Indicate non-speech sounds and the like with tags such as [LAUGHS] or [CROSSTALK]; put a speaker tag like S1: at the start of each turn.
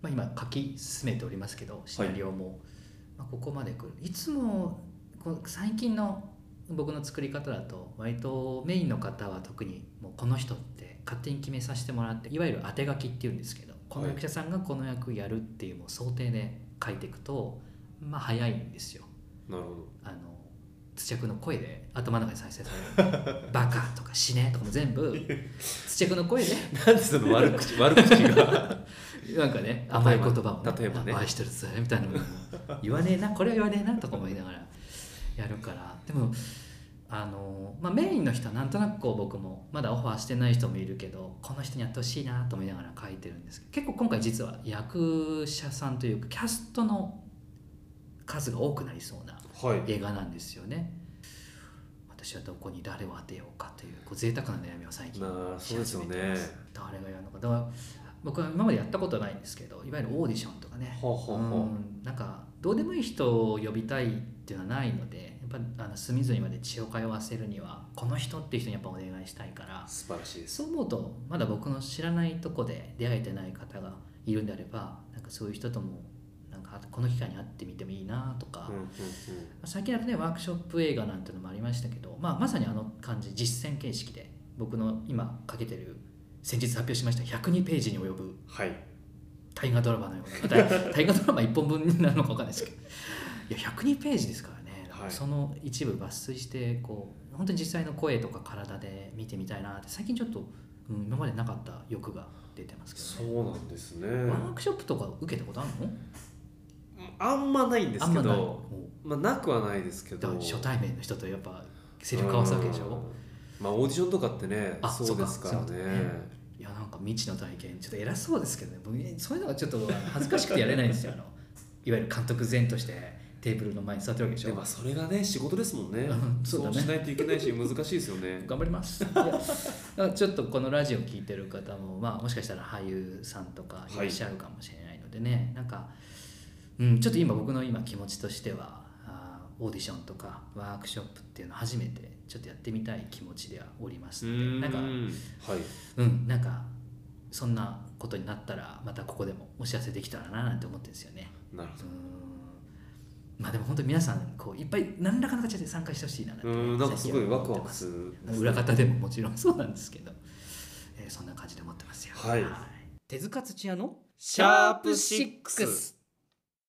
S1: まあ、今書き進めておりますけどシナリオも、まあ、ここまで来るいつもこう最近の僕の作り方だと割とメインの方は特にもうこの人って勝手に決めさせてもらっていわゆる当て書きっていうんですけどこの役者さんがこの役やるっていうもう想定で書いていくとまあ早いんですよ。
S2: なるほど
S1: あの土着の声で頭の中で再生される「バカ」とか「死ね」とかも全部土着の声で
S2: なんでその
S1: [LAUGHS]
S2: 悪口悪口が
S1: なんか
S2: [LAUGHS]
S1: ね甘い言葉も、
S2: 例えばね
S1: 愛してるぜみたいなのも言わねえなこれは言わねえなとか思いながらやるからでもあの、まあ、メインの人はなんとなくこう僕もまだオファーしてない人もいるけどこの人にやってほしいなと思いながら書いてるんですけど結構今回実は役者さんというかキャストの数が多くなりそうな
S2: はい
S1: 映画なんですよね。私はどこに誰を当てようかというこう贅沢な悩みを最近
S2: なあそうですよね
S1: 誰がやるのかだから僕は今までやったことないんですけどいわゆるオーディションとかね
S2: ほうほうほう
S1: うんなんかどうでもいい人を呼びたいっていうのはないのでやっぱあの隅々まで血を通わせるにはこの人っていう人にやっぱお願いしたいから
S2: 素晴らしいです
S1: そう思うとまだ僕の知らないとこで出会えてない方がいるんであればなんかそういう人ともなんかこの機会に会ってみてもいいなとか、
S2: うんうん
S1: 最近だとねワークショップ映画なんてのもありましたけど、まあ、まさにあの感じ実践形式で僕の今かけてる先日発表しました102ページに及ぶ
S2: うんはい
S1: 大河ドラマのような大
S2: [LAUGHS]
S1: 大河ドラマ1本分になるのか分かんないですけどいや102ページですからね、
S2: はい
S1: その一部抜粋してこう本当に実際の声とか体で見てみたいなって最近ちょっと、うん、今までなかった欲が出てます
S2: そ
S1: けどね。
S2: うなんですね
S1: ワークショップとか受けたことあるの
S2: あんまないんです
S1: あん
S2: け
S1: まない
S2: ど
S1: お
S2: まあなくはないですけ
S1: だ
S2: ど
S1: から初対面の人とやっぱセリフ交わすわけでしょ、
S2: うんまあオーディションとかってね
S1: あ
S2: そうですから
S1: そうかそう
S2: ね
S1: だねいやなんか未知の体験ちょっと偉そうですけどね僕そういうのがちょっと恥ずかしくてやれないんですよあの [LAUGHS] いわゆる監督前としてテーブルの前に座ってるわけでし
S2: で
S1: ょ
S2: もそれがね仕事ですもんね
S1: うんそうだね
S2: しないといけないし難しいですよ
S1: [LAUGHS]
S2: ね
S1: 頑張りますいやだからちょっとこのラジオ聞いてる方も、まあ、もしかしたら俳優さんとかいらっしゃるかもしれないのでね、なんか、うん、ちょっと今僕の今気持ちとしてはあーオーディションとかワークショップっていうの初めてちょっとやってみたい気持ちではおりま
S2: う
S1: すので
S2: ーん
S1: なんか
S2: はい
S1: うん、なんかそんなことになったらまたここでもお知らせできたらななんて思ってるんですよね。
S2: なる
S1: うーんまあでも本当に皆さんこういっぱい何らかの形で参加してほしいななんて
S2: ほどうんなんかすごいワクワ
S1: 最近は思って
S2: ク
S1: ます
S2: る
S1: 裏方でももちろんそうなんですけど、えーそんな感じで思ってますよ。
S2: はい
S1: 手塚土屋の
S2: シャープシックス